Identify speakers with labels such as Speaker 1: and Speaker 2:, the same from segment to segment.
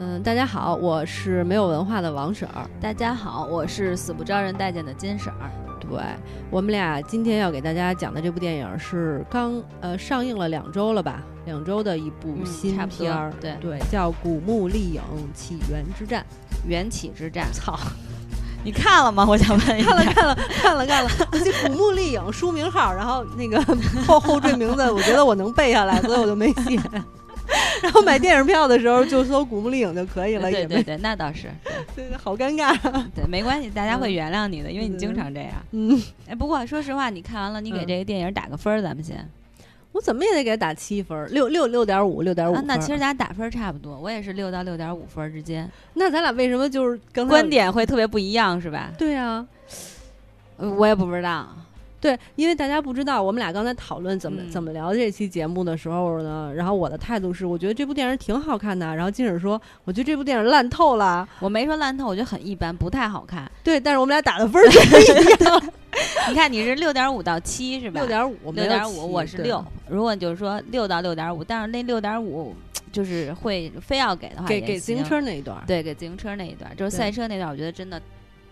Speaker 1: 嗯，大家好，我是没有文化的王婶儿。
Speaker 2: 大家好，我是死不招人待见的金婶儿。
Speaker 1: 对我们俩今天要给大家讲的这部电影是刚呃上映了两周了吧，两周的一部
Speaker 2: 嗯
Speaker 1: 新
Speaker 2: 差不多
Speaker 1: 片儿、
Speaker 2: 对
Speaker 1: 对，叫《古墓丽影：起源之 战》。
Speaker 2: 缘起之战， 操！你看了吗？我想问一下。
Speaker 1: 看了看了看了看了， 这古墓丽影书名号，然后那 个后后缀名字，我觉得我能背下来，所以我就没写。 然后买电影票的时候就搜“古墓丽影”就可以了，
Speaker 2: 对
Speaker 1: 也
Speaker 2: 对
Speaker 1: 没
Speaker 2: 对，那倒是，
Speaker 1: 对 好尴尬。 啊
Speaker 2: 对，没关系，大家会原谅你的，因为你经常这样。
Speaker 1: 嗯，
Speaker 2: 哎，不过说实话，你看完了，你给
Speaker 1: 嗯
Speaker 2: 这个电影打个分儿，咱们先。
Speaker 1: 我怎么也得给他打七分儿，六六六点五，六点五
Speaker 2: 啊
Speaker 1: 分，儿。
Speaker 2: 那其实咱俩打分儿差不多，我也是六到六点五分儿之间，
Speaker 1: 那咱俩为什么就是刚才
Speaker 2: 观？点会特别不一样，是吧？
Speaker 1: 对啊，
Speaker 2: 呃我也不知道，
Speaker 1: 对，因为大家不知道，我们俩刚才讨论怎么、
Speaker 2: 嗯
Speaker 1: 怎么聊这期节目的时候呢，然后我的态度是，我觉得这部电影挺好看的，然后金婶说，我觉得这部电影烂透了。
Speaker 2: 我没说烂透，我觉得很一般，不太好看。
Speaker 1: 对，但是我们俩打的分儿却不一样，
Speaker 2: 你看，你是六点五到七是吧？
Speaker 1: 六点五，
Speaker 2: 六点五，我是
Speaker 1: 对
Speaker 2: 六。。啊如果就是说六到六点五，但是那六点五就是会非要给的话，
Speaker 1: 给
Speaker 2: 也
Speaker 1: 给自行
Speaker 2: 行
Speaker 1: 车那一段儿，
Speaker 2: 对给自行车那一段，就是
Speaker 1: 对
Speaker 2: 赛车那段，我觉得真的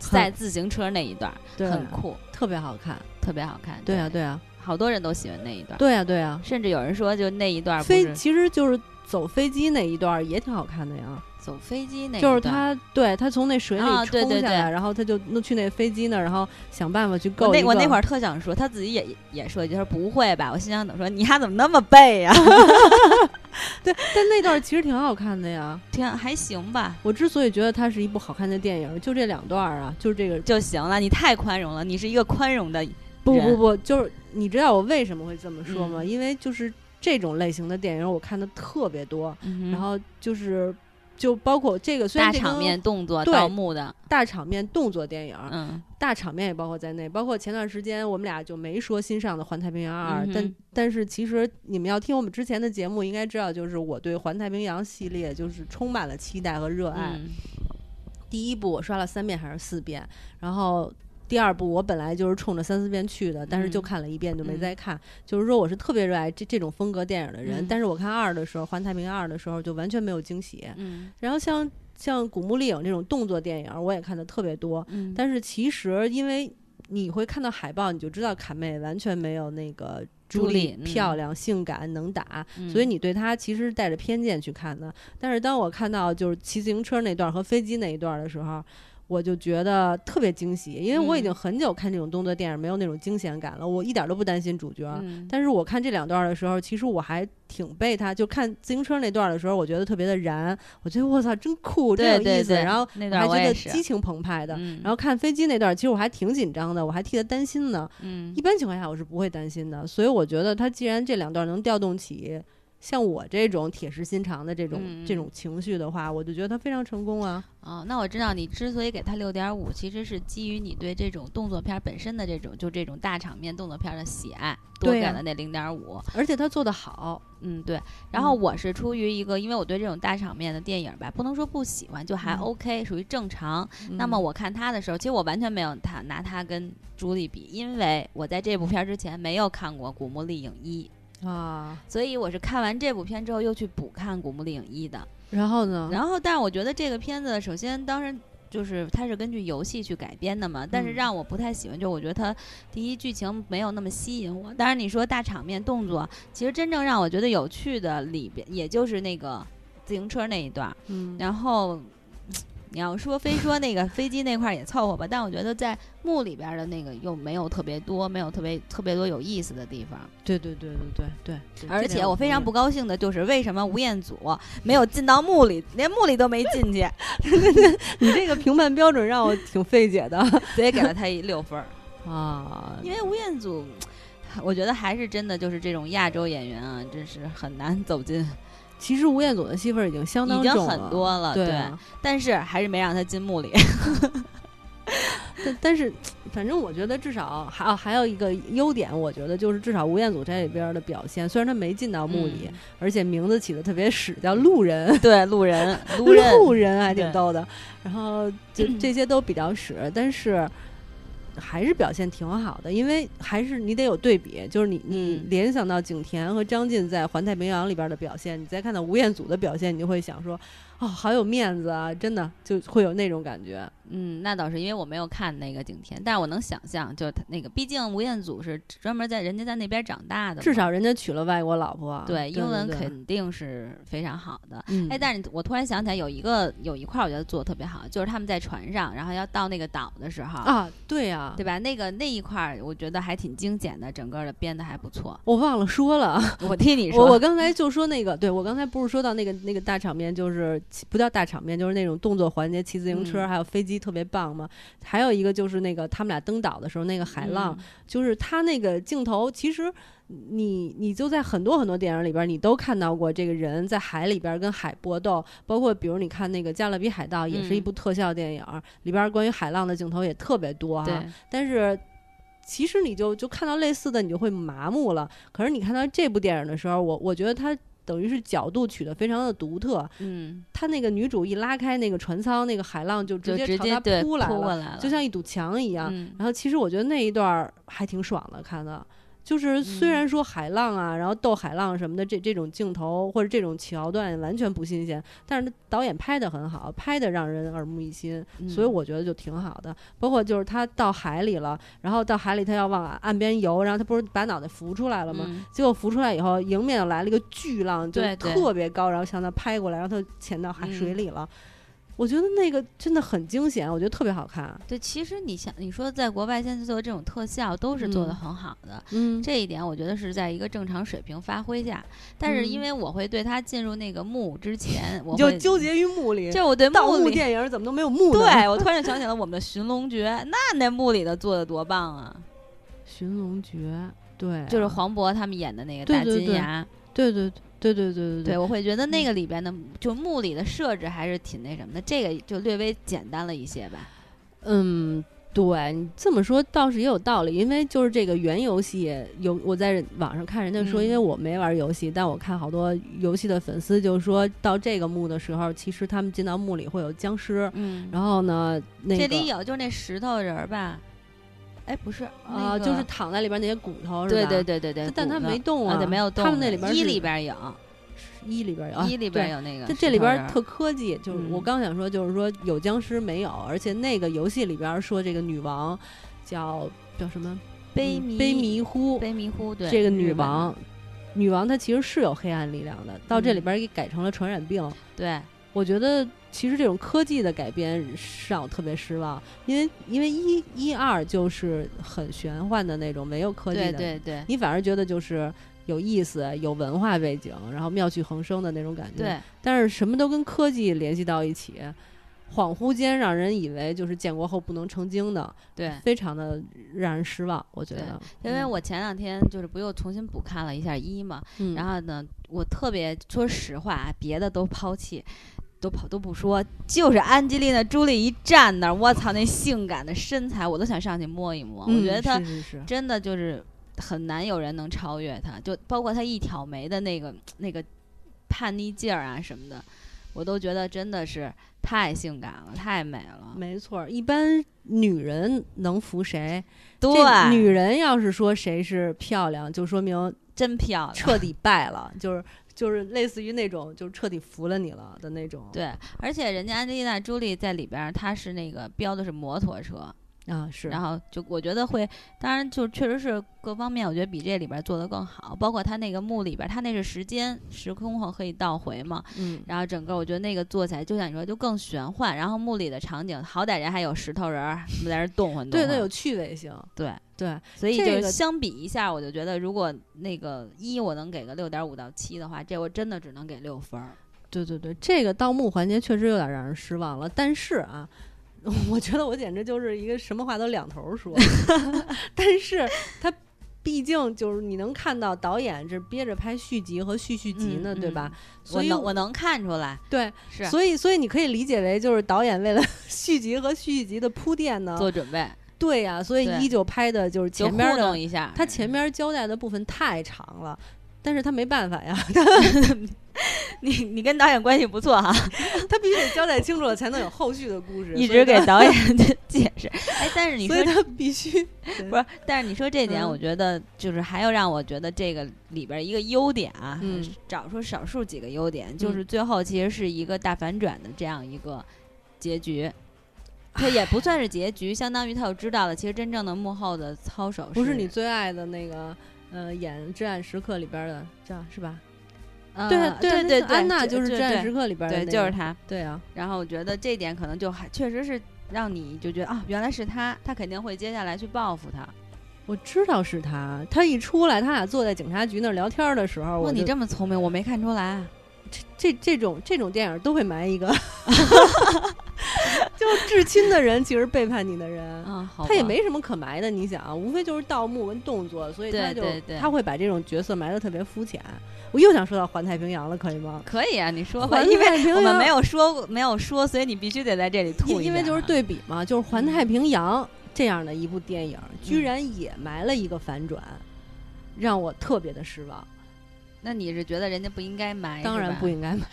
Speaker 1: 很
Speaker 2: 赛自行车那一段很酷，
Speaker 1: 特别好看。
Speaker 2: 特别好看。
Speaker 1: 对啊，，对啊，
Speaker 2: 好多人都喜欢那一段，
Speaker 1: 对啊，对啊。
Speaker 2: 甚至有人说就那一段不
Speaker 1: 飞
Speaker 2: 是
Speaker 1: 其实就是走飞机那一段儿也挺好看的呀，
Speaker 2: 走飞机那一段，
Speaker 1: 就是他对他从那水里
Speaker 2: 啊对
Speaker 1: 冲
Speaker 2: 对
Speaker 1: 下
Speaker 2: 对
Speaker 1: 来，然后他就弄去那飞机那儿，然后想办法去
Speaker 2: 我
Speaker 1: 够一
Speaker 2: 那
Speaker 1: 个。
Speaker 2: 我那会儿特想说，他自己也也说一句，他说不会吧？我心想，怎么说你丫怎么那么背啊呀、
Speaker 1: 对，但那段儿其实挺好看的呀。
Speaker 2: 天，啊还行吧，
Speaker 1: 我之所以觉得它是一部好看的电影，就这两段儿啊，就是这个
Speaker 2: 就行了。你太宽容了，你是一个宽容的。
Speaker 1: 不
Speaker 2: 人
Speaker 1: 不不，就是你知道我为什么会这么说吗？
Speaker 2: 嗯
Speaker 1: 因为就是这种类型的电影我看的特别多，然后就是就包括这个虽然
Speaker 2: 大
Speaker 1: 这
Speaker 2: 场
Speaker 1: 跟
Speaker 2: 面动作
Speaker 1: 对啊
Speaker 2: 盗墓的，
Speaker 1: 大场面动作电影，
Speaker 2: 嗯，
Speaker 1: 大场面也包括在内，包括前段时间我们俩就没说新上的《环太平洋二、
Speaker 2: 嗯哼
Speaker 1: 但但是其实你们要听我们之前的节目，应该知道，就是我对《环太平洋》系列就是充满了期待和热爱。
Speaker 2: 嗯
Speaker 1: 第一部我刷了三遍还是四遍，然后第二部我本来就是冲着三四遍去的，但是就看了一遍就没再看。就是说我是特别热爱这这种风格电影的人，
Speaker 2: 嗯
Speaker 1: 但是我看二的时候，《环太平洋二》的时候就完全没有惊喜。
Speaker 2: 嗯
Speaker 1: 然后像像《古墓丽影》这种动作电影，我也看的特别多，
Speaker 2: 嗯，
Speaker 1: 但是其实因为你会看到海报，你就知道卡妹完全没有那个。
Speaker 2: 朱
Speaker 1: 朱
Speaker 2: 莉
Speaker 1: 莉
Speaker 2: 嗯
Speaker 1: 漂亮、性感、能打，
Speaker 2: 嗯
Speaker 1: 所以你对他其实是带着偏见去看的。但是当我看到就是骑自行车那段和飞机那一段的时候，我就觉得特别惊喜，因为我已
Speaker 2: 嗯
Speaker 1: 经很久看这种动作电影没有那种惊险感了，我一点都不担心主角。
Speaker 2: 嗯
Speaker 1: 但是我看这两段的时候，其实我还挺被他，就看自行车那段的时候，我觉得特别的燃，我觉得我操真酷，真有
Speaker 2: 对
Speaker 1: 意思，
Speaker 2: 对对，
Speaker 1: 然后
Speaker 2: 那
Speaker 1: 我
Speaker 2: 段
Speaker 1: 还
Speaker 2: 我
Speaker 1: 觉
Speaker 2: 也
Speaker 1: 得
Speaker 2: 是，
Speaker 1: 激情澎湃的。
Speaker 2: 嗯
Speaker 1: 啊然后看飞机那段，其实我还挺紧张的，我还替他担心呢。
Speaker 2: 嗯
Speaker 1: 一般情况下我是不会担心的，所以我觉得他既然这两段能调动起像我这种铁石心肠的这种、
Speaker 2: 嗯嗯
Speaker 1: 这种情绪的话，我就觉得他非常成功啊。
Speaker 2: 哦，那我知道你之所以给他六点五，其实是基于你对这种动作片本身的这种就这种大场面动作片的喜爱，多
Speaker 1: 对啊
Speaker 2: 给
Speaker 1: 呀
Speaker 2: 了那零点五。
Speaker 1: 而且他做得好，
Speaker 2: 嗯，对。然后
Speaker 1: 嗯
Speaker 2: 我是出于一个，因为我对这种大场面的电影吧，不能说不喜欢，就还
Speaker 1: 嗯
Speaker 2: OK，、属于正常。那
Speaker 1: 嗯
Speaker 2: 么我看他的时候，其实我完全没有他拿他跟朱莉比，因为我在这部片儿之前没有看过《古墓丽影一》，
Speaker 1: 啊，
Speaker 2: 所以我是看完这部片之后又去补看《古墓丽影一》的。
Speaker 1: 然后呢？
Speaker 2: 然后，但是我觉得这个片子，首先当时就是它是根据游戏去改编的嘛，但是
Speaker 1: 嗯
Speaker 2: 让我不太喜欢，就我觉得它第一剧情没有那么吸引我。当然，你说大场面动作，其实真正让我觉得有趣的里边，也就是那个自行车那一段儿。
Speaker 1: 嗯
Speaker 2: 然后你要说非说那个飞机那块儿也凑合吧，但我觉得在墓里边儿的那个又没有特别多，没有特别特别多有意思的地方。
Speaker 1: 对对对对对对，
Speaker 2: 而
Speaker 1: 这
Speaker 2: 且
Speaker 1: 点
Speaker 2: 我非常
Speaker 1: 同
Speaker 2: 不
Speaker 1: 意
Speaker 2: 高兴的就是，为什么吴彦祖没有进到墓里，连墓里都没进去，
Speaker 1: 你这个评判标准让我挺费解的
Speaker 2: 所以给了他一六 分儿。
Speaker 1: 啊。
Speaker 2: 因为吴彦祖，我觉得还是真的就是这种亚洲演员啊，真是很难走进，
Speaker 1: 其实吴彦祖的戏份儿已经相当
Speaker 2: 已
Speaker 1: 重
Speaker 2: 经
Speaker 1: 了，
Speaker 2: 很多了，
Speaker 1: 对
Speaker 2: 对。
Speaker 1: 啊
Speaker 2: 但是还是没让他进墓里。
Speaker 1: 但但是，反正我觉得至少还啊还有一个优点，我觉得就是至少吴彦祖在里边儿的表现，虽然他没进到
Speaker 2: 嗯
Speaker 1: 墓里，而且名字起的特别屎，叫路人，
Speaker 2: 对路 人，路
Speaker 1: 路
Speaker 2: 人，
Speaker 1: 人还挺
Speaker 2: 对
Speaker 1: 逗的。然后就这些都比较屎，但是。还是表现挺好的，因为还是你得有对比，就是你你
Speaker 2: 嗯
Speaker 1: 联想到景甜和张晋在《环太平洋》里边的表现，你再看到吴彦祖的表现，你就会想说，哦，好有面子啊，真的就会有那种感觉。
Speaker 2: 嗯，那倒是，因为我没有看那个景甜，但是我能想象，就他那个，毕竟吴彦祖是专门在人家在那边长大的 嘛，
Speaker 1: 至少人家娶了外国老婆，啊
Speaker 2: 对英文
Speaker 1: 对
Speaker 2: 肯定是非常好的。
Speaker 1: 嗯
Speaker 2: 哎，但是我突然想起来有一个有一块儿我觉得做的特别好，就是他们在船上，然后要到那个岛的时候，
Speaker 1: 啊，对呀、
Speaker 2: 对吧？那个那一块儿我觉得还挺精简的，整个的编的还不错。
Speaker 1: 我忘了说了，
Speaker 2: 我听你
Speaker 1: 我
Speaker 2: 说，
Speaker 1: 我刚才就说那个，对我刚才不是说到那个那个大场面，就是骑不叫大场面，就是那种动作环节，骑自行车、
Speaker 2: 嗯
Speaker 1: 还有飞机特别棒嘛。还有一个就是那个他们俩登岛的时候那个海浪，
Speaker 2: 嗯
Speaker 1: 就是他那个镜头，其实你你就在很多很多电影里边，你都看到过这个人在海里边跟海搏斗，包括比如你看那个《加勒比海盗》，也是一
Speaker 2: 嗯
Speaker 1: 部特效电影，里边关于海浪的镜头也特别多啊哈、
Speaker 2: 对，
Speaker 1: 但是其实你就就看到类似的，你就会麻木了。可是你看到这部电影的时候，我我觉得它等于是角度取得非常的独特。
Speaker 2: 嗯，
Speaker 1: 它那个女主一拉开那个船舱，那个海浪就直
Speaker 2: 就
Speaker 1: 接
Speaker 2: 直
Speaker 1: 朝
Speaker 2: 接
Speaker 1: 她
Speaker 2: 对
Speaker 1: 扑来
Speaker 2: 过
Speaker 1: 了，
Speaker 2: 来了，
Speaker 1: 就像一堵墙一样。
Speaker 2: 嗯
Speaker 1: 然后其实我觉得那一段儿还挺爽的，看的。就是虽
Speaker 2: 嗯
Speaker 1: 然说海浪啊，然后斗海浪什么的，这这种镜头或者这种桥段完全不新鲜，但是导演拍的很好，拍的让人耳目一新。所以
Speaker 2: 嗯
Speaker 1: 我觉得就挺好的。包括就是他到海里了，然后到海里他要往岸边游，然后他不是把脑袋浮出来了吗？
Speaker 2: 嗯
Speaker 1: 结果浮出来以后，迎面又来了一个巨浪，就
Speaker 2: 对对
Speaker 1: 特别高，然后向他拍过来，然后他就潜到海水里了。我觉得那个真的很惊险，我觉得特别好看。
Speaker 2: 对，其实你想，你说在国外现在做这种特效都是做的
Speaker 1: 嗯
Speaker 2: 很好的，
Speaker 1: 嗯
Speaker 2: 这一点我觉得是在一个正常水平发挥下。但是
Speaker 1: 嗯
Speaker 2: 因为我会对它进入那个幕之前，我
Speaker 1: 你就
Speaker 2: 会
Speaker 1: 纠，结于幕里，
Speaker 2: 就是我对
Speaker 1: 盗
Speaker 2: 幕
Speaker 1: 墓
Speaker 2: 里，
Speaker 1: 电影怎么都没有幕呢？
Speaker 2: 对我突然就想起了我们的《寻龙诀》，那那幕里的做的多棒啊！
Speaker 1: 寻龙诀，对啊，
Speaker 2: 就是黄渤他们演的那个
Speaker 1: 对
Speaker 2: 大
Speaker 1: 对
Speaker 2: 金
Speaker 1: 对
Speaker 2: 牙，
Speaker 1: 对对对对对对嗯
Speaker 2: 对我会觉得那个里边的就幕里的设置还是挺那什么的，这个就略微简单了一些吧。
Speaker 1: 嗯，对你这么说倒是也有道理，因为就是这个原游戏有我在网上看人家说，
Speaker 2: 嗯
Speaker 1: 因为我没玩游戏，但我看好多游戏的粉丝就说到这个墓的时候，其实他们进到墓里会有僵尸，
Speaker 2: 嗯，
Speaker 1: 然后呢，那个
Speaker 2: 这里有就是那石头人儿吧？哎，不是
Speaker 1: 啊、
Speaker 2: 那个
Speaker 1: 就是躺在里边那些骨头是吧？
Speaker 2: 对对对对对，
Speaker 1: 但他
Speaker 2: 骨头
Speaker 1: 没动
Speaker 2: 啊，对，没有动
Speaker 1: 他
Speaker 2: 的。
Speaker 1: 们那里边
Speaker 2: 一
Speaker 1: 是
Speaker 2: 里边有，
Speaker 1: 一里边有啊
Speaker 2: 一里边
Speaker 1: 对
Speaker 2: 有那个石头人儿。
Speaker 1: 这这里边儿特科技，就是我
Speaker 2: 嗯
Speaker 1: 刚想说，就是说有僵尸没有，而且那个游戏里边儿说这个女王叫叫什么
Speaker 2: 悲
Speaker 1: 嗯
Speaker 2: 迷
Speaker 1: 悲迷糊，
Speaker 2: 悲迷糊，对
Speaker 1: 这个
Speaker 2: 日
Speaker 1: 女
Speaker 2: 本的
Speaker 1: 王，女王她其实是有黑暗力量的，到这里
Speaker 2: 嗯
Speaker 1: 边儿给改成了传染病。
Speaker 2: 对
Speaker 1: 我觉得其实这种科技的改编让我特别失望，因为因为一一二就是很玄幻的那种，没有科技
Speaker 2: 对
Speaker 1: 的，嗯
Speaker 2: 对对
Speaker 1: 你反而觉得就是有意思、有文化背景，然后妙趣横生的那种感觉。
Speaker 2: 对，
Speaker 1: 但是什么都跟科技联系到一起。恍惚间让人以为就是建国后不能成精的，
Speaker 2: 对。
Speaker 1: 非常的让人失望。我觉
Speaker 2: 对
Speaker 1: 得，
Speaker 2: 因为我前两天就是不又重新补看了一下一嘛，
Speaker 1: 嗯，
Speaker 2: 然后呢，我特别说实话啊，别的都抛弃，都跑都不说，就是安吉丽娜·朱莉一站那儿，我操，那性感的身材，我都想上去摸一摸。我觉得她
Speaker 1: 嗯、是是是
Speaker 2: 真的就是很难有人能超越她，就包括她一挑眉的那个那个叛逆劲儿啊什么的，我都觉得真的是太性感了，太美了。
Speaker 1: 没错儿，一般女人能服谁？
Speaker 2: 对，
Speaker 1: 这女人要是说谁是漂亮，就说明
Speaker 2: 真漂亮。
Speaker 1: 彻底败了，就是就是类似于那种就是彻底服了你了的那种。
Speaker 2: 对，而且人家安吉丽娜·朱莉在里边儿，她是那个标的是摩托车，
Speaker 1: 啊，是
Speaker 2: 然后就我觉得会，当然就确实是各方面，我觉得比这里边做的更好。包括它那个墓里边，它那是时间时空后可以倒回嘛，
Speaker 1: 嗯，
Speaker 2: 然后整个我觉得那个做起来，就像你说，就更玄幻。然后墓里的场景，好歹人还有石头人儿什么在那儿动换动
Speaker 1: 对对，
Speaker 2: 换
Speaker 1: 有趣味性，
Speaker 2: 对，
Speaker 1: 对，
Speaker 2: 所以
Speaker 1: 这
Speaker 2: 就是
Speaker 1: 个
Speaker 2: 相比一下，我就觉得如果那个一我能给个六点五到七的话，这我真的只能给六分儿。
Speaker 1: 对对对，这个盗墓环节确实有点让人失望了，但是啊。 我觉得我简直就是一个什么话都两头儿 说， 但是他毕竟就是你能看到导演这憋着拍续集和续续集呢，
Speaker 2: 嗯
Speaker 1: 对吧？？
Speaker 2: 嗯我
Speaker 1: 所以
Speaker 2: 能我能看出来，
Speaker 1: 对，
Speaker 2: 是
Speaker 1: 所以，所以你可以理解为，就是导演为了 续集和续集的铺垫呢，
Speaker 2: 做准备，
Speaker 1: 对呀、所以
Speaker 2: 对
Speaker 1: 依旧拍的就是
Speaker 2: 就
Speaker 1: 前
Speaker 2: 糊
Speaker 1: 面
Speaker 2: 弄
Speaker 1: 的，
Speaker 2: 一下。
Speaker 1: 他前面交代的部分太长了，但是他没办法呀，
Speaker 2: 你你跟导演关系不错哈，
Speaker 1: 他必须得交代清楚了，才能有后续的故事。
Speaker 2: 一
Speaker 1: 所以
Speaker 2: 直
Speaker 1: 他
Speaker 2: 给导演解释。 哎，但是你
Speaker 1: 所
Speaker 2: 说
Speaker 1: 以他必须
Speaker 2: 不是，但是你说这点，
Speaker 1: 嗯
Speaker 2: 我觉得就是还要让我觉得这个里边一个优点啊，
Speaker 1: 嗯
Speaker 2: 找出少数几个优点，就是最后其实是一个大反转的这样一个结局。它也不算是结局，相当于他有知道了，其实真正的幕后的操手
Speaker 1: 不
Speaker 2: 是
Speaker 1: 是你最爱的那个，呃，演《至暗时刻》里边的，这样是吧？
Speaker 2: 呃
Speaker 1: 对
Speaker 2: 对
Speaker 1: 那
Speaker 2: 对
Speaker 1: 个，安娜
Speaker 2: 对
Speaker 1: 就是《
Speaker 2: 对
Speaker 1: 至暗
Speaker 2: 对
Speaker 1: 时刻》里边的、那
Speaker 2: 对，
Speaker 1: 个，
Speaker 2: 就是他。
Speaker 1: 对啊，
Speaker 2: 然后我觉得这点可能就还确实是让你就觉得啊，原来是他，他肯定会接下来去报复他。
Speaker 1: 我知道是他。他一出来，他俩坐在警察局那儿聊天的时候，
Speaker 2: 哇，
Speaker 1: 我
Speaker 2: 你
Speaker 1: 就
Speaker 2: 这么聪明，我没看出来啊。
Speaker 1: 这这种这种电影都会埋 一个，就是至亲的人其实背叛你的人。
Speaker 2: 啊，好吧，
Speaker 1: 他也没什么可埋的，你想，无非就是盗墓跟动作，所以他
Speaker 2: 对
Speaker 1: 就
Speaker 2: 对对
Speaker 1: 他会把这种角色埋得特别肤浅。我又想说到环太平洋了，可以吗？
Speaker 2: 可以啊，你说吧，
Speaker 1: 环
Speaker 2: 因为
Speaker 1: 太平洋
Speaker 2: 我们没有说过，没有说，所以你必须得在这里吐
Speaker 1: 因
Speaker 2: 一
Speaker 1: 因为
Speaker 2: 下
Speaker 1: 就是
Speaker 2: 啊，
Speaker 1: 对比嘛，就是《环
Speaker 2: 嗯
Speaker 1: 太平洋》这样的一部电影，居然也埋了一个反转，让我特别的失望。
Speaker 2: 那你是觉得人家不应该埋？
Speaker 1: 当然不
Speaker 2: 应
Speaker 1: 应 该埋。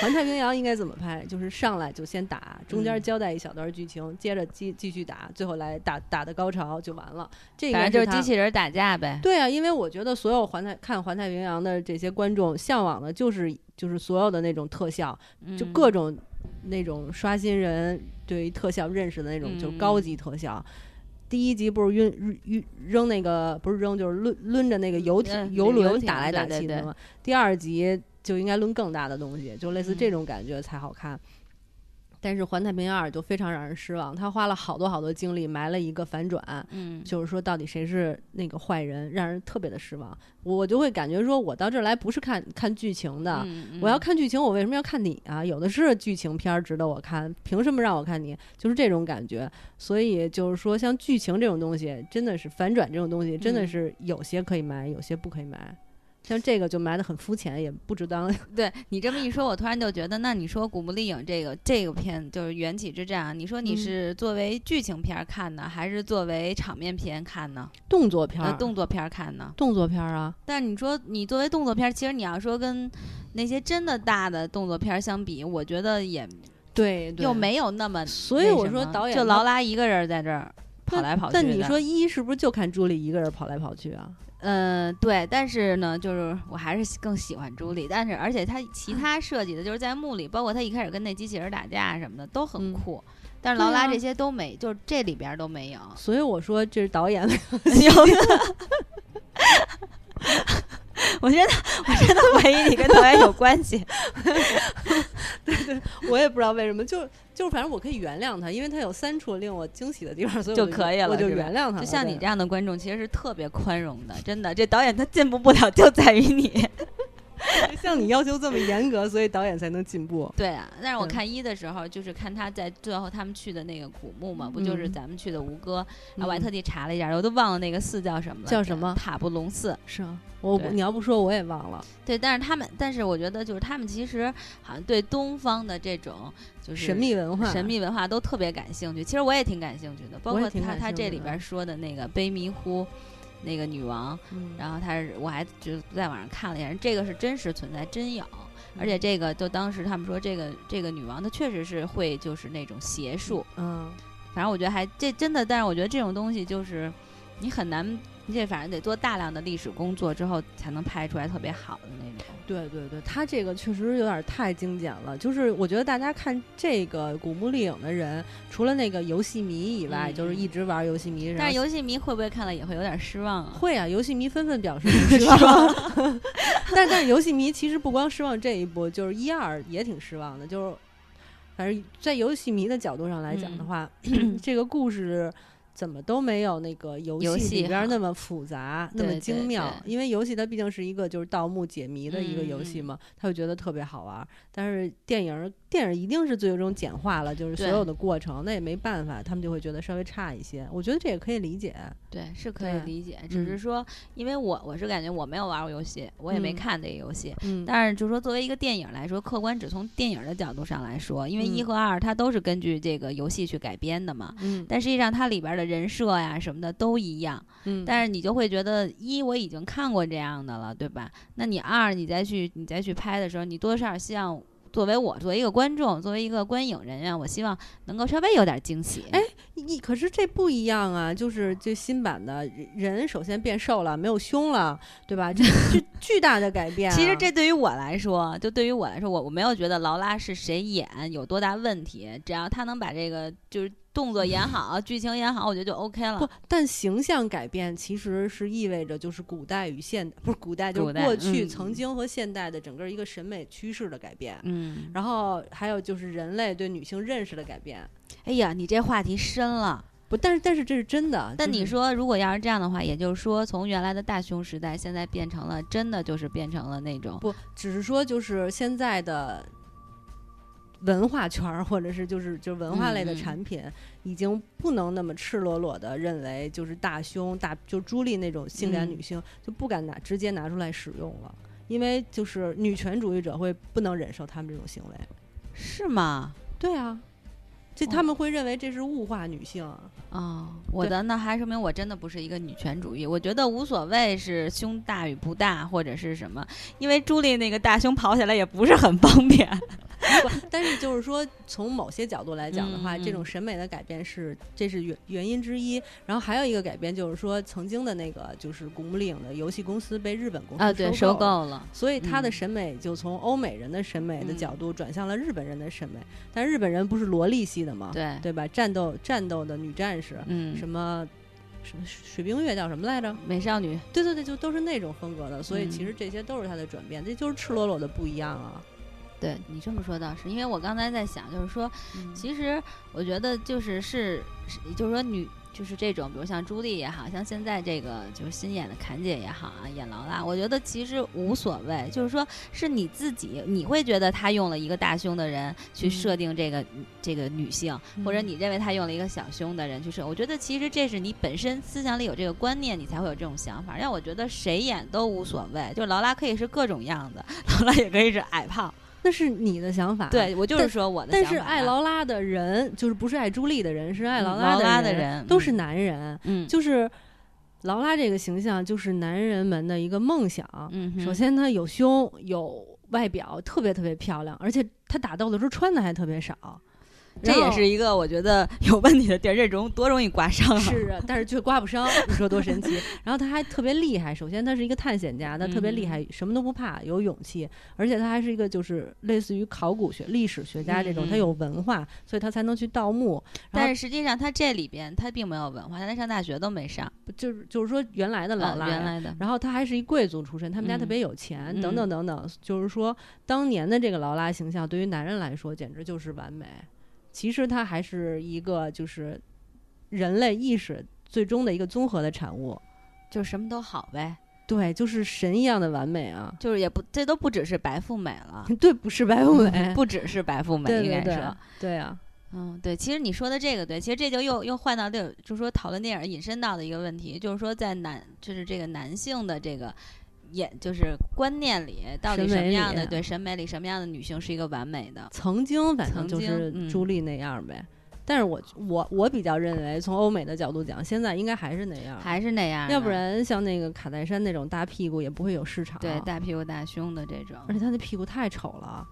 Speaker 1: 环太平洋应该怎么拍？就是上来就先打，中间
Speaker 2: 嗯
Speaker 1: 交代一小段剧情，接着继继续打，最后来打打的高潮就完了。这
Speaker 2: 反
Speaker 1: 个
Speaker 2: 正就是
Speaker 1: 他
Speaker 2: 机器人打架呗。
Speaker 1: 对啊，因为我觉得所有环太看环太平洋的这些观众向往的就是就是所有的那种特效，就
Speaker 2: 嗯
Speaker 1: 各种那种刷新人对于特效认识的那种，就是高
Speaker 2: 嗯
Speaker 1: 级特效。第一集不是晕晕晕扔那个不是扔就是抡抡着那个游艇、
Speaker 2: 嗯
Speaker 1: 游
Speaker 2: 游
Speaker 1: 轮
Speaker 2: 艇
Speaker 1: 打来
Speaker 2: 对
Speaker 1: 打
Speaker 2: 对
Speaker 1: 去的
Speaker 2: 对
Speaker 1: 嘛。第二集就应该抡更大的东西，就类似这
Speaker 2: 嗯
Speaker 1: 种感觉才好看。但是《环太平洋二》就非常让人失望，他花了好多好多精力埋了一个反转，
Speaker 2: 嗯，
Speaker 1: 就是说到底谁是那个坏人，让人特别的失望。我我就会感觉说，我到这儿来不是看看剧情的，
Speaker 2: 嗯
Speaker 1: 啊我要
Speaker 2: 嗯
Speaker 1: 看剧情，我为什么要看你啊？有的是剧情片儿值得我看，凭什么让我看你？就是这种感觉。所以就是说，像剧情这种东西，真的是反转这种东西，真的
Speaker 2: 嗯
Speaker 1: 是有些可以埋，有些不可以埋。像这个就埋的很肤浅，也不值 当。
Speaker 2: 对你这么一说，我突然就觉得，那你说《古墓丽影》这个这个片就是《缘起之战》啊，你说你
Speaker 1: 嗯
Speaker 2: 是作为剧情片儿看呢，还是作为场面片看呢？
Speaker 1: 动作片
Speaker 2: 呃，
Speaker 1: 儿，
Speaker 2: 动作片儿看呢？
Speaker 1: 动作片儿啊，
Speaker 2: 但你说你作为动作片儿，其实你要说跟那些真的大的动作片儿相比，我觉得也
Speaker 1: 对，
Speaker 2: 又。没有那么。
Speaker 1: 所以我说，导演
Speaker 2: 就
Speaker 1: 他
Speaker 2: 劳拉一个人在这儿跑来跑去的。
Speaker 1: 但你说，一是不是就看朱莉一个人跑来跑去啊？
Speaker 2: 呃，对，但是呢，就是我还是喜更喜欢朱莉，但是而且她其他设计的，就是在墓里，包括她一开始跟那机器人打架什么的，都很
Speaker 1: 嗯
Speaker 2: 酷。但是
Speaker 1: 对
Speaker 2: 劳拉
Speaker 1: 啊
Speaker 2: 这些都没，就是这里边儿都没有。
Speaker 1: 所以我说这是导演
Speaker 2: 我觉得，我真的怀疑你跟导演有关 系。
Speaker 1: 我也不知道为什么，就就反正我可以原谅他，因为他有三处令我惊喜的地方，所以我
Speaker 2: 就可以了
Speaker 1: 我就是
Speaker 2: 吧
Speaker 1: 原谅他了。
Speaker 2: 就像
Speaker 1: 对
Speaker 2: 你这样的观众，其实是特别宽容的，真的。这导演他进步不了，就在于你。
Speaker 1: 像你要求这么严格，所以导演才能进 步。
Speaker 2: 对啊，但是我
Speaker 1: 嗯
Speaker 2: 看一的时候，就是看他在最后他们去的那个古墓嘛，不就是
Speaker 1: 嗯
Speaker 2: 咱们去的吴哥？啊，我还
Speaker 1: 嗯
Speaker 2: 特地查了一下，我都忘了那个寺叫什么了，
Speaker 1: 叫什么
Speaker 2: 塔布隆寺。
Speaker 1: 是啊，我
Speaker 2: 对
Speaker 1: 你要不说我也忘了，
Speaker 2: 对，但是他们，但是我觉得就是他们其实好像对东方的这种就是
Speaker 1: 神秘文化，
Speaker 2: 神秘文化都特别感兴趣。其实我也挺感兴趣的，包
Speaker 1: 嗯我也
Speaker 2: 括
Speaker 1: 挺
Speaker 2: 他
Speaker 1: 感
Speaker 2: 他
Speaker 1: 兴
Speaker 2: 这
Speaker 1: 趣
Speaker 2: 里
Speaker 1: 的
Speaker 2: 边说的那个悲迷糊。那个女王，
Speaker 1: 嗯，
Speaker 2: 然后她是，我还就在网上看了一下，这个是真实存在，真有，
Speaker 1: 嗯
Speaker 2: 而且这个就当时他们说这个这个女王她确实是会就是那种邪术，
Speaker 1: 嗯，
Speaker 2: 反正我觉得还这真的，但是我觉得这种东西就是你很难，你这反正得做大量的历史工作之后才能拍出来特别好的那种。
Speaker 1: 对对对，他这个确实有点太精简了。就是我觉得大家看这个《古墓丽影》的人，除了那个游戏迷以外，
Speaker 2: 嗯
Speaker 1: 就是一直玩游戏迷，然后
Speaker 2: 但是游戏迷会不会看了也会有点失望啊？
Speaker 1: 会啊，游戏迷纷纷表 示失望。 但但是游戏迷其实不光失望这一步，就是一二也挺失望的。就是反正，在游戏迷的角度上来讲的
Speaker 2: 嗯
Speaker 1: 话， 这个故事怎么都没有那个游
Speaker 2: 游
Speaker 1: 戏
Speaker 2: 戏
Speaker 1: 里边儿
Speaker 2: 好
Speaker 1: 那么复杂、那
Speaker 2: 对
Speaker 1: 么
Speaker 2: 对
Speaker 1: 精妙。
Speaker 2: 对
Speaker 1: 因为游戏它毕竟是一个就是盗墓解谜的一个游戏
Speaker 2: 嗯嗯嗯
Speaker 1: 嘛，他会觉得特别好玩儿。但是电影儿电影儿一定是最终简化了，就是所
Speaker 2: 对
Speaker 1: 有的过程，那也没办法，他们就会觉得稍微差一些。我觉得这也可以理解。
Speaker 2: 对，是可以
Speaker 1: 对
Speaker 2: 理解，只是
Speaker 1: 嗯
Speaker 2: 说，因为我我是感觉我没有玩过游戏，我也没
Speaker 1: 嗯
Speaker 2: 看这个游戏，
Speaker 1: 嗯，
Speaker 2: 但是就说作为一个电影来说，客观只从电影的角度上来说，因为一
Speaker 1: 嗯
Speaker 2: 和二它都是根据这个游戏去改编的嘛，
Speaker 1: 嗯
Speaker 2: 但实际上它里边的人设呀什么的都一样，
Speaker 1: 嗯，
Speaker 2: 但是你就会觉得一我已经看过这样的了，对吧？那你二你再去你再去拍的时候，你多少希望作为我作为一个观众，作为一个观影人员，我希望能够稍微有点惊喜。
Speaker 1: 哎你可是这不一样啊，就是这新版的人首先变瘦了，没有胸了，对吧？ 这这巨大的改变啊、
Speaker 2: 其实这对于我来说，就对于我来说，我我没有觉得劳拉是谁演有多大问题，只要她能把这个就是动作演 好，剧情演好，我觉得就 OK 了。
Speaker 1: 不，但形象改变其实是意味着就是古代与现不是古代，就
Speaker 2: 古
Speaker 1: 是
Speaker 2: 代
Speaker 1: 过
Speaker 2: 嗯
Speaker 1: 去
Speaker 2: 嗯
Speaker 1: 曾经和现代的整个一个审美趋势的改变。
Speaker 2: 嗯，
Speaker 1: 然后还有就是人类对女性认识的改变，
Speaker 2: 哎呀，你这话题深了。
Speaker 1: 不，但是但是这是真的。啊
Speaker 2: 但
Speaker 1: 就是
Speaker 2: 你说，如果要是这样的话，也就是说，从原来的大胸时代，现在变成了真的就是变成了那种
Speaker 1: 不，只是说就是现在的文化圈儿，或者是就是就是文化类
Speaker 2: 嗯
Speaker 1: 的
Speaker 2: 嗯
Speaker 1: 产品，已经不能那么赤裸裸的认为就是大胸大就朱莉那种性感
Speaker 2: 嗯
Speaker 1: 女性、就不敢拿直接拿出来使用了。因为就是女权主义者会不能忍受他们这种行为，
Speaker 2: 是吗？
Speaker 1: 对啊，就
Speaker 2: 哦
Speaker 1: 他们会认为这是物化女性啊、
Speaker 2: 哦，我
Speaker 1: 对
Speaker 2: 的那还说明我真的不是一个女权主义，我觉得无所谓是胸大与不大或者是什么，因为朱莉那个大胸跑起来也不是很方便。
Speaker 1: 不但是就是说，从某些角度来讲的话，
Speaker 2: 嗯嗯
Speaker 1: 这种审美的改变是这是原原因之一。然后还有一个改变就是说，曾经的那个就是《古墓丽影》的游戏公司被日本公司
Speaker 2: 啊，对，
Speaker 1: 收
Speaker 2: 收
Speaker 1: 购了。
Speaker 2: 购了。
Speaker 1: 所以它的
Speaker 2: 嗯
Speaker 1: 审美就从欧美人的审美的
Speaker 2: 嗯
Speaker 1: 角度转向了日本人的审美，但日本人不是萝莉系的嘛，
Speaker 2: 对，
Speaker 1: 啊对吧？战斗战斗的女战士，
Speaker 2: 嗯，
Speaker 1: 什么什么水冰月叫什么来着？
Speaker 2: 美少女，
Speaker 1: 对对对，就都是那种风格的。所以
Speaker 2: 嗯
Speaker 1: 其实这些都是它的转变，这就是赤裸裸的不一样啊。
Speaker 2: 对你这么说倒是，因为我刚才在想，就是说，
Speaker 1: 嗯
Speaker 2: 其实我觉得就是是，是就是说女，就是这种，比如像朱莉也好像现在这个就是新演的侃姐也好啊，演劳拉，我觉得其实无所谓，就是说是你自己，你会觉得她用了一个大胸的人去
Speaker 1: 嗯
Speaker 2: 设定这个、这个女性，或者你认为她用了一个小胸的人去设，我觉得其实这是你本身思想里有这个观念，你才会有这种想法。让我觉得谁演都无所谓，就是劳拉可以是各种样子， 劳拉也可以是矮胖。
Speaker 1: 那是你的想法，
Speaker 2: 对我就是
Speaker 1: 但
Speaker 2: 说我的
Speaker 1: 但
Speaker 2: 想
Speaker 1: 是
Speaker 2: 法啊
Speaker 1: 爱劳拉的人，就是不是爱朱莉的人，是爱
Speaker 2: 嗯
Speaker 1: 劳
Speaker 2: 劳拉的
Speaker 1: 的
Speaker 2: 人
Speaker 1: 都是
Speaker 2: 嗯
Speaker 1: 男人。
Speaker 2: 嗯
Speaker 1: 就是劳拉这个形象，就是男人们的一个梦想。
Speaker 2: 嗯哼，
Speaker 1: 首先，她有胸，有外表，特别特别漂亮，而且她打斗的时候穿的还特别少，
Speaker 2: 这
Speaker 1: 然
Speaker 2: 也
Speaker 1: 后
Speaker 2: 是一个我觉得有问题的地儿，这容多容易刮伤 啊。
Speaker 1: 是啊，但是却刮不伤，你说多神奇？然后他还特别厉害，首先他是一个探险家，他特别
Speaker 2: 嗯
Speaker 1: 厉害，什么都不怕，有勇气，而且他还是一个就是类似于考古学、历史学家这种，
Speaker 2: 嗯
Speaker 1: 他有文化，所以他才能去盗墓。然
Speaker 2: 但
Speaker 1: 后
Speaker 2: 是实际上他这里边他并没有文化，他连上大学都没上。
Speaker 1: 就是就是说原来的老
Speaker 2: 嗯
Speaker 1: 拉、
Speaker 2: 原。来的，
Speaker 1: 然后他还是一贵族出身，他们家
Speaker 2: 嗯
Speaker 1: 特别有钱，
Speaker 2: 嗯
Speaker 1: 等等等等，就是说当年的这个劳拉形象，对于男人来说简直就是完美。其实他还是一个就是人类意识最终的一个综合的产物。
Speaker 2: 就什么都好呗，
Speaker 1: 对，就是神一样的完美啊！
Speaker 2: 就是也不这都不只是白富美了，
Speaker 1: 对，不是白富美，
Speaker 2: 嗯不只是白富美，
Speaker 1: 对
Speaker 2: 应该
Speaker 1: 对对
Speaker 2: 说。，
Speaker 1: 对啊，
Speaker 2: 嗯，对，其实你说的这个对，其实这就又又换到这，就是说讨论电影引申到的一个问题，就是说在男，就是这个男性的这个眼，就是观念里，到底
Speaker 1: 审
Speaker 2: 什么
Speaker 1: 美
Speaker 2: 样
Speaker 1: 里啊
Speaker 2: 的对审美里什么样的女性是一个完美的？
Speaker 1: 曾经反正
Speaker 2: 曾
Speaker 1: 就
Speaker 2: 经
Speaker 1: 是
Speaker 2: 嗯
Speaker 1: 朱莉那样呗。但是我我我比较认为，从欧美的角度讲，现在应该还是那样，
Speaker 2: 还是那样，
Speaker 1: 啊要不。然像那个卡戴珊那种大屁股也不会有市场。
Speaker 2: 对，大屁股大胸的这种，
Speaker 1: 而且她那屁股太丑了，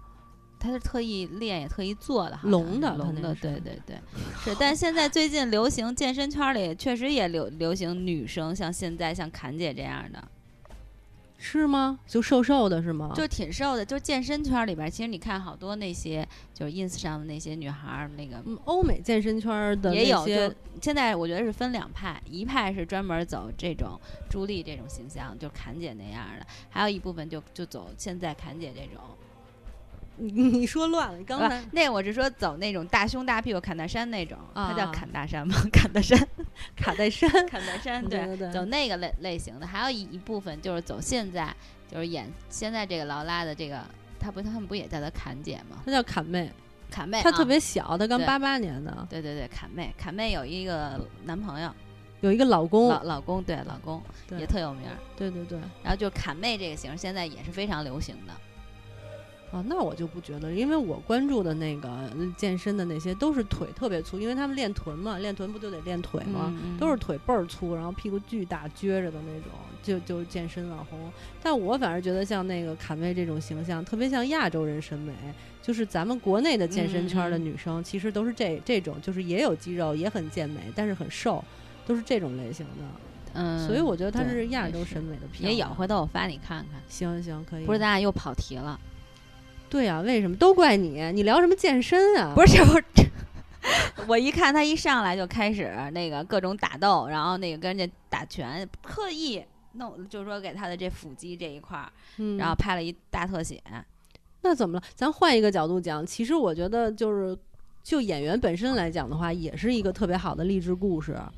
Speaker 2: 他是特意练也特意做的，好像
Speaker 1: 隆
Speaker 2: 是
Speaker 1: 的
Speaker 2: 隆
Speaker 1: 他那
Speaker 2: 的，
Speaker 1: 是
Speaker 2: 对 对对，是。但现在最近流行健身圈里确实也流流行女生，像现在像侃姐这样的，
Speaker 1: 是吗？就瘦瘦的是吗？
Speaker 2: 就挺瘦的。就健身圈里边，其实你看好多那些就是 ins 上的那些女孩儿，那个
Speaker 1: 嗯欧美健身圈儿的
Speaker 2: 也
Speaker 1: 那
Speaker 2: 有。
Speaker 1: 些
Speaker 2: 就现在我觉得是分两派，一派是专门走这种朱莉这种形象，就侃姐那样的，还有一部分就就走现在侃姐这种。
Speaker 1: 你你说乱了，刚
Speaker 2: 不
Speaker 1: 才
Speaker 2: 那我是说走那种大胸大屁股砍大山那种，它叫
Speaker 1: 啊
Speaker 2: 砍大山吗？ 砍 大山，
Speaker 1: 卡戴珊，
Speaker 2: 砍大山，
Speaker 1: 对对对
Speaker 2: 走那个类类型的。还有一一部分就是走现在，就是演现在这个劳拉的这个，她不，他们不也叫她砍姐吗？
Speaker 1: 她叫卡妹，
Speaker 2: 砍妹、啊，
Speaker 1: 她特别小，她刚
Speaker 2: 对
Speaker 1: 八八年的，
Speaker 2: 对对对，砍妹，砍妹有一个男朋友，
Speaker 1: 有一个老公，
Speaker 2: 老老公对老公
Speaker 1: 哦对
Speaker 2: 也特有名儿。
Speaker 1: 对对对，
Speaker 2: 然后就侃妹这个型儿现在也是非常流行的。
Speaker 1: 啊，那我就不觉得，因为我关注的那个呃健身的那些都是腿特别粗，因为他们练臀嘛，练臀不就得练腿吗？
Speaker 2: 嗯
Speaker 1: 都是腿倍儿粗，然后屁股巨大撅着的那种，就就是健身网红。但我反而觉得像那个卡妹这种形象，特别像亚洲人审美，就是咱们国内的健身圈儿的
Speaker 2: 嗯嗯
Speaker 1: 女生，其实都是这这种，就是也有肌肉，也很健美，但是很瘦，都是这种类型的。
Speaker 2: 嗯，
Speaker 1: 所以我觉得她
Speaker 2: 对
Speaker 1: 是亚
Speaker 2: 也
Speaker 1: 洲
Speaker 2: 是
Speaker 1: 审美的漂
Speaker 2: 也有，
Speaker 1: 亮。
Speaker 2: 回头我发你看看。
Speaker 1: 行行可以，
Speaker 2: 不是咱俩又跑题
Speaker 1: 啊
Speaker 2: 了，
Speaker 1: 对呀、为什么都怪你？你聊什么健身啊？
Speaker 2: 不是不是。 我一看他一上来就开始那个各种打斗，然后那个跟人家打拳，刻意弄，就是说给他的这腹肌这一块儿，
Speaker 1: 嗯，
Speaker 2: 然后拍了一大特写。
Speaker 1: 那怎么了？咱换一个角度讲，其实我觉得就是。就演员本身来讲的话，也是一个特别好的励志故事。
Speaker 2: 啊，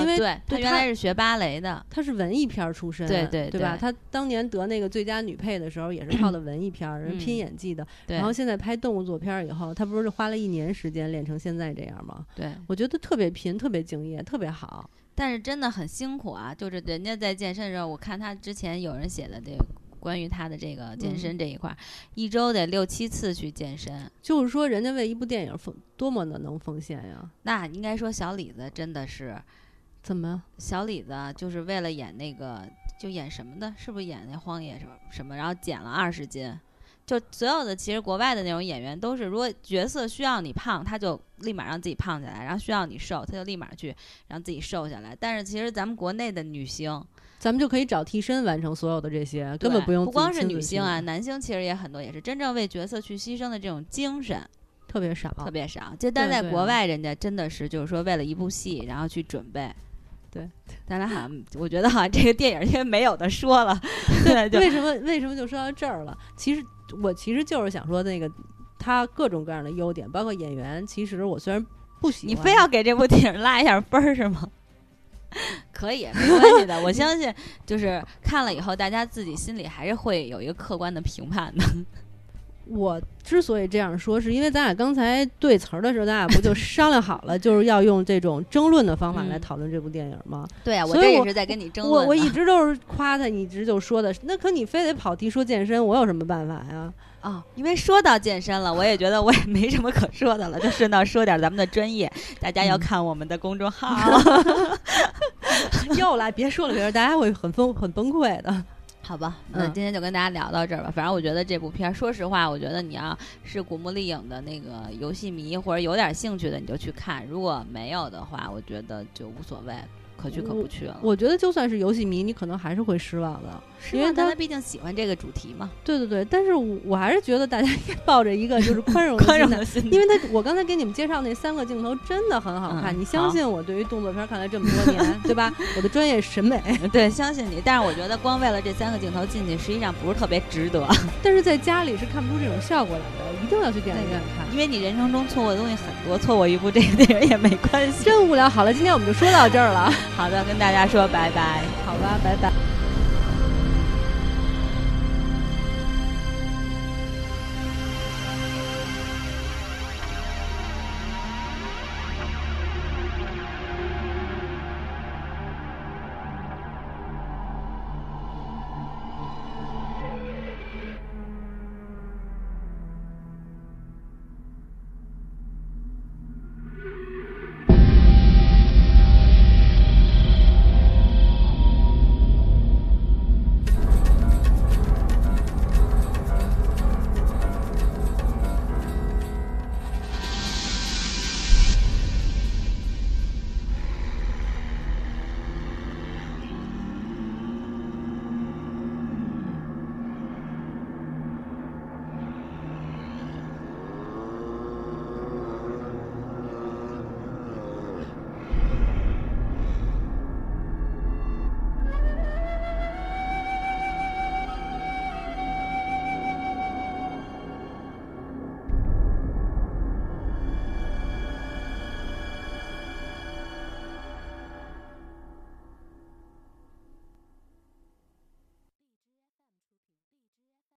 Speaker 1: 因为
Speaker 2: 对他
Speaker 1: 对
Speaker 2: 原
Speaker 1: 他
Speaker 2: 来是学芭蕾的，
Speaker 1: 她是文艺片儿出身，啊
Speaker 2: 对对
Speaker 1: 对吧？
Speaker 2: 对
Speaker 1: 她当年得那个最佳女配的时候，也是靠的文艺片儿，人拼
Speaker 2: 嗯
Speaker 1: 演技的。
Speaker 2: 对，
Speaker 1: 然后现在拍动物作片儿以后，她不是花了一年时间练成现在这样吗？
Speaker 2: 对，
Speaker 1: 我觉得特别拼，特别敬业，特别好。
Speaker 2: 但是真的很辛苦啊！就是人家在健身的时候，我看他之前有人写的这个关于他的这个健身这一块儿，一周得六七次去健身。
Speaker 1: 就是说，人家为一部电影奉多么的能奉献呀？
Speaker 2: 那应该说小李子真的是
Speaker 1: 怎么？
Speaker 2: 小李子，就是为了演那个就演什么的，是不是演那荒野什么什么，然后减了二十斤。就所有的其实国外的那种演员都是，如果角色需要你胖，他就立马让自己胖下来；然后需要你瘦，他就立马去让自己瘦下来。但是其实咱们国内的女星，
Speaker 1: 咱们就可以找替身完成所有的这些，根本
Speaker 2: 对
Speaker 1: 不用
Speaker 2: 不
Speaker 1: 自己
Speaker 2: 光是
Speaker 1: 亲自
Speaker 2: 女
Speaker 1: 去
Speaker 2: 星啊，，男星其实也很多，也是真正为角色去牺牲的这种精神、
Speaker 1: 特别少。
Speaker 2: 特别少。就但在
Speaker 1: 对
Speaker 2: 国
Speaker 1: 啊
Speaker 2: 外，人家真的是就是说为了一部戏，然后去准备。
Speaker 1: 对，
Speaker 2: 咱俩好像我觉得好像这个电影因为没有的 说了，对，就
Speaker 1: 为什么为什么就说到这儿了？其实我其实就是想说那个他各种各样的优点，包括演员。其实我虽然不喜欢，
Speaker 2: 你非要给这部电影拉一下分儿是吗？ 可以，没关系的。我相信，就是看了以后，大家自己心里还是会有一个客观的评判的。
Speaker 1: 我之所以这样说，是因为咱俩刚才对词儿的时候，咱俩不就商量好了， 就是要用这种争论的方法来
Speaker 2: 嗯
Speaker 1: 讨论这部电影吗？
Speaker 2: 对啊，我
Speaker 1: 所以
Speaker 2: 这也
Speaker 1: 我
Speaker 2: 是在跟你争
Speaker 1: 我
Speaker 2: 论
Speaker 1: 我
Speaker 2: 呢
Speaker 1: 一直都是夸他，你一直就说的是，那可你非得跑题说健身，我有什么办法呀？
Speaker 2: 啊、因为说到健身了，我也觉得我也没什么可说的了，就顺道说点咱们的专业，大家要
Speaker 1: 嗯
Speaker 2: 看我们的公 众号。
Speaker 1: 又来，别说了，别说了，大家会很崩很崩溃的。
Speaker 2: 好吧，那
Speaker 1: 嗯
Speaker 2: 今天就跟大家聊到这儿吧。反正我觉得这部片儿，说实话，我觉得你要是古墓丽影的那个游戏迷或者有点兴趣的，你就去看；如果没有的话，我觉得就无所谓，可去可不去了。
Speaker 1: 我觉得就算是游戏迷，你可能还是会失望的。
Speaker 2: 是
Speaker 1: 因为
Speaker 2: 吗但
Speaker 1: 它
Speaker 2: 他毕竟喜欢这个主题嘛，
Speaker 1: 对对对，但是我我还是觉得大家应该抱着一个就是宽容的
Speaker 2: 宽容
Speaker 1: 心态
Speaker 2: 的心态
Speaker 1: 因为他我刚才给你们介绍那三个镜头真的很好看，
Speaker 2: 嗯
Speaker 1: 你相信我对于动作片看了这么多年，对吧？我的专业审美，
Speaker 2: 对，相信你。但是我觉得光为了这三个镜头进去，实际上不是特别值得，
Speaker 1: 但是在家里是看不出这种效果来的，一定要去电影院看。
Speaker 2: 因为你人生中错过的东西很多，错过一部这个电影也没关系。
Speaker 1: 真无聊，好了，今天我们就说到这儿了，
Speaker 2: 好的，跟大家说拜拜。
Speaker 1: 好吧，拜拜。